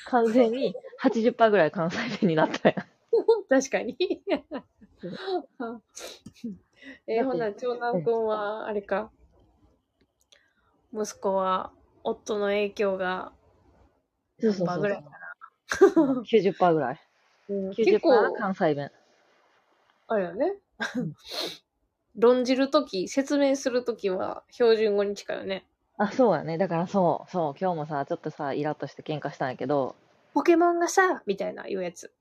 [SPEAKER 3] 完全に80%ぐらい関西弁になったやん
[SPEAKER 2] 確かに。え、ほな、長男くんは、あれか。息子は、夫の影響が、
[SPEAKER 3] そうそう
[SPEAKER 2] 100%ぐらいか
[SPEAKER 3] そううん90%ぐらい
[SPEAKER 2] 結
[SPEAKER 3] 90%が
[SPEAKER 2] 構、
[SPEAKER 3] 関西弁
[SPEAKER 2] あれよね
[SPEAKER 3] うん。
[SPEAKER 2] 論じるとき、説明するときは、標準語に近いよね。
[SPEAKER 3] あそうやねだからそうそう今日もさちょっとさイラッとして喧嘩したんやけど
[SPEAKER 2] ポケモンがさ、みたいな言うやつ。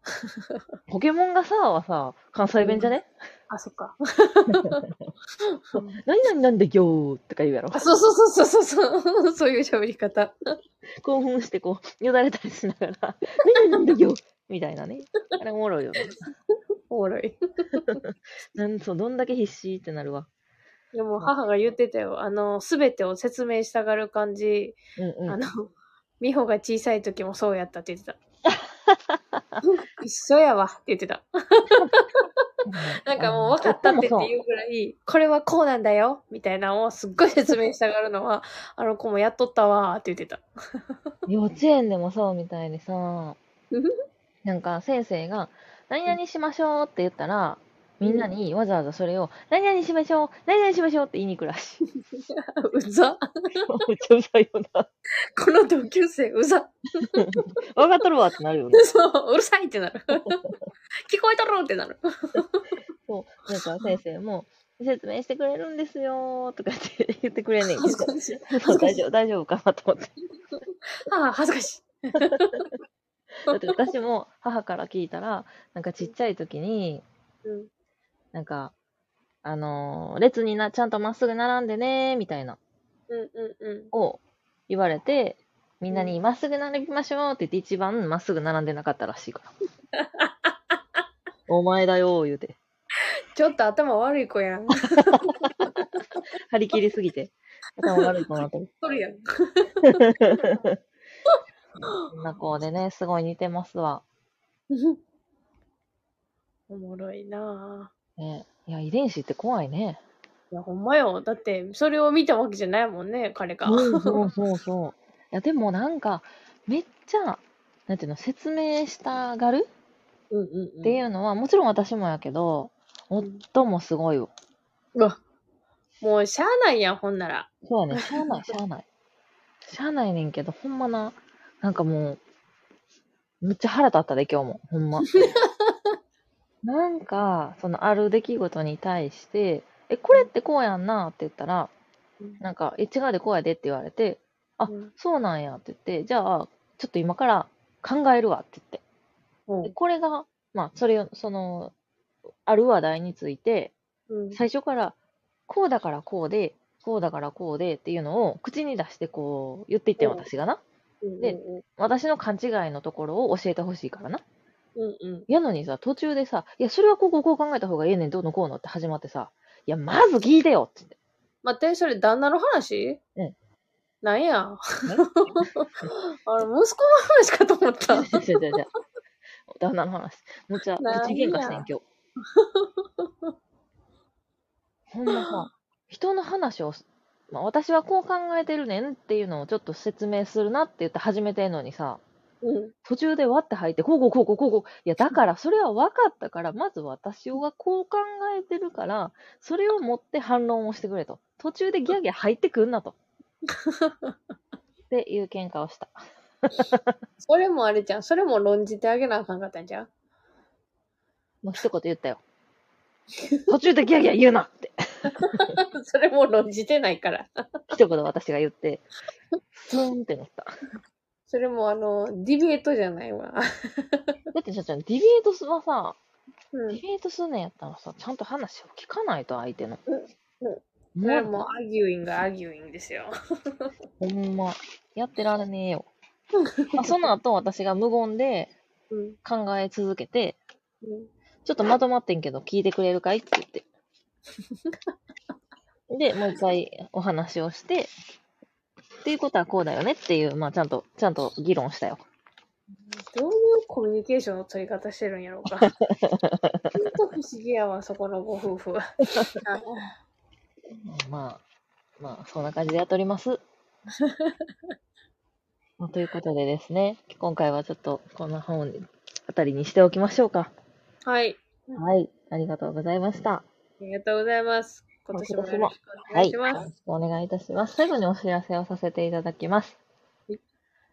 [SPEAKER 3] ポケモンがさはさ関西弁じゃね、
[SPEAKER 2] あ、そっか。
[SPEAKER 3] 何々なんでよーとか言うやろ
[SPEAKER 2] あ、そうそうそうそうそう。 そういう喋り方。
[SPEAKER 3] 興奮してこう、よだれたりしながら、 何なんだよみたいなね。あれおもろいよね。
[SPEAKER 2] おもろい。
[SPEAKER 3] なんそう、どんだけ必死ってなるわ。
[SPEAKER 2] でも母が言ってたよ。あの、すべてを説明したがる感じ。
[SPEAKER 3] うんう
[SPEAKER 2] あ
[SPEAKER 3] ん。
[SPEAKER 2] の、美穂が小さい時もそうやったって言ってた。一緒やわって言ってた。なんかもう分かったってって
[SPEAKER 3] う。
[SPEAKER 2] いうぐらい、これはこうなんだよみたいなのをすっごい説明したがるのは、 あの子もやっとったわーって言ってた。
[SPEAKER 3] 幼稚園でもそうみたいでさ
[SPEAKER 2] うん、
[SPEAKER 3] なんか先生が、何々しましょうって言ったら、みんなにわざわざそれを、何々しましょう、何々しましょうって言いに来るらしい。
[SPEAKER 2] うざ
[SPEAKER 3] めっちゃうざいよな。
[SPEAKER 2] この同級生うざ
[SPEAKER 3] わかっとるわってなるよね。
[SPEAKER 2] そう、うるさいってな る。聞こえとろってなる。
[SPEAKER 3] そう。なんか先生も、説明してくれるんですよーとかって言ってくれんねんけ
[SPEAKER 2] 恥ず
[SPEAKER 3] ど。
[SPEAKER 2] かしい。
[SPEAKER 3] そう大丈夫、大丈夫かなと思って。
[SPEAKER 2] ああ、恥ずかしい。
[SPEAKER 3] だって私も母から聞いたら、なんかちっちゃい時に、
[SPEAKER 2] うん
[SPEAKER 3] なんか、あのー列にな、ちゃんとまっすぐ並んでねーみたいな、
[SPEAKER 2] うんうんうん。
[SPEAKER 3] を言われて、みんなにまっすぐ並びましょうって言って一番まっすぐ並んでなかったらしいから。お前だよー言うて。
[SPEAKER 2] ちょっと頭悪い子 やん。
[SPEAKER 3] 張り切りすぎて。頭悪いかな と思って
[SPEAKER 2] そるやん。
[SPEAKER 3] こんな子でね、すごい似てますわ。
[SPEAKER 2] おもろいなぁ。
[SPEAKER 3] ね、いや、遺伝子って怖いね。
[SPEAKER 2] いや、ほんまよ。だって、それを見たわけじゃないもんね、彼が。
[SPEAKER 3] そうそう そうそう。いや、でもなんか、めっちゃ、なんていうの、説明したがる
[SPEAKER 2] うんうんうん
[SPEAKER 3] っていうのは、もちろん私もやけど、夫もすごいよ。
[SPEAKER 2] うわ。もう、しゃあないやん、ほんなら。
[SPEAKER 3] そうやね、しゃあない、しゃあない。しゃあないねんけど、ほんまな、なんかもう、むっちゃ腹立ったで、今日も。ほ んま。なんか、その、ある出来事に対して、え、これってこうやんなって言ったら、なんか、え、違うでこうやでって言われて、あ
[SPEAKER 2] うん
[SPEAKER 3] そうなんやって言って、じゃあ、ちょっと今から考えるわって言って。でこれが、まあ、それを、その、ある話題について、
[SPEAKER 2] うん
[SPEAKER 3] 最初から、こうだからこうで、こうだからこうでっていうのを口に出してこう言っていってん
[SPEAKER 2] うん
[SPEAKER 3] 私がな。で
[SPEAKER 2] うん
[SPEAKER 3] 私の勘違いのところを教えてほしいからな。
[SPEAKER 2] うんうん。
[SPEAKER 3] やのにさ、途中でさ、いや、それはこうこうこう考えた方がええねん、どうのこうのって始まってさ、いや、まず聞いてよって言って。
[SPEAKER 2] 待って、それ、旦那の話
[SPEAKER 3] うん。
[SPEAKER 2] なんや。 あれ、息子の話かと思った。
[SPEAKER 3] じゃじゃじゃ。旦那の話。むっちゃ、
[SPEAKER 2] なんや
[SPEAKER 3] 口喧嘩してん、今日。ほんまさ、人の話をす、まあ、私はこう考えてるねんっていうのをちょっと説明するなって言って始めてんのにさ、
[SPEAKER 2] うん。
[SPEAKER 3] 途中でわって入って、こうこうこうこうこうこう。いや、だからそれは分かったから、まず私がこう考えてるから、それを持って反論をしてくれと。途中でギャーギャー入ってくんなと。っていう喧嘩をした。
[SPEAKER 2] それもあれじゃん。それも論じてあげなあかんかったんじゃん。
[SPEAKER 3] もう一言言ったよ。途中でギャーギャー言うなって。
[SPEAKER 2] それも論じてないから。
[SPEAKER 3] 一言私が言って、スーンってなった。
[SPEAKER 2] それもあの、ディベートじゃないわ。
[SPEAKER 3] だってちょちょ、ディベートすはさ、
[SPEAKER 2] う
[SPEAKER 3] デ
[SPEAKER 2] ん
[SPEAKER 3] ィ。ベートすんねんやったらさ、ちゃんと話を聞かないと相手の。
[SPEAKER 2] うそ
[SPEAKER 3] も
[SPEAKER 2] れ
[SPEAKER 3] う、
[SPEAKER 2] もアギュインがアギュインですよ。
[SPEAKER 3] ほんま、やってられねえよ。まあ、その後私が無言で
[SPEAKER 2] うん。
[SPEAKER 3] 考え続けて、
[SPEAKER 2] うん
[SPEAKER 3] ちょっとまとまってんけど、聞いてくれるかいって言って。で、もう一回お話をして、っていうことはこうだよねっていう、まあちゃんと、ちゃんと議論したよ。
[SPEAKER 2] どういうコミュニケーションの取り方してるんやろうか。ほんと不思議やわ、そこのご夫婦。
[SPEAKER 3] まあ、まあ、そんな感じでやっております。 まあ、ということでですね、今回はちょっとこの本あたりにしておきましょうか。
[SPEAKER 2] はい。
[SPEAKER 3] はい、ありがとうございました。
[SPEAKER 2] ありがとうございます。今年もよろしくお
[SPEAKER 3] は
[SPEAKER 2] 願い
[SPEAKER 3] い、
[SPEAKER 2] し
[SPEAKER 3] よろ
[SPEAKER 2] ま
[SPEAKER 3] し
[SPEAKER 2] す。
[SPEAKER 3] くお願いいたします。最後にお知らせをさせていただきます
[SPEAKER 2] はい。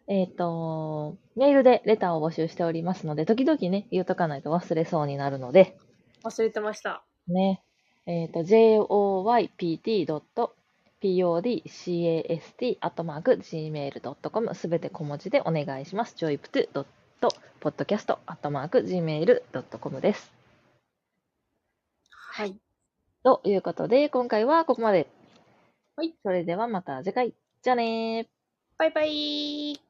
[SPEAKER 3] えっ、と、メールでレターを募集しておりますので、時々ね、言うとかないと忘れそうになるので、
[SPEAKER 2] 忘れてました。
[SPEAKER 3] ね、えっ、と、joypt.podcast.gmail.com すべて小文字でお願いします。joypt.podcast.gmail.com です。
[SPEAKER 2] はい。
[SPEAKER 3] ということで、今回はここまで。
[SPEAKER 2] はい。
[SPEAKER 3] それではまた次回。じゃあねー。
[SPEAKER 2] バイバイ。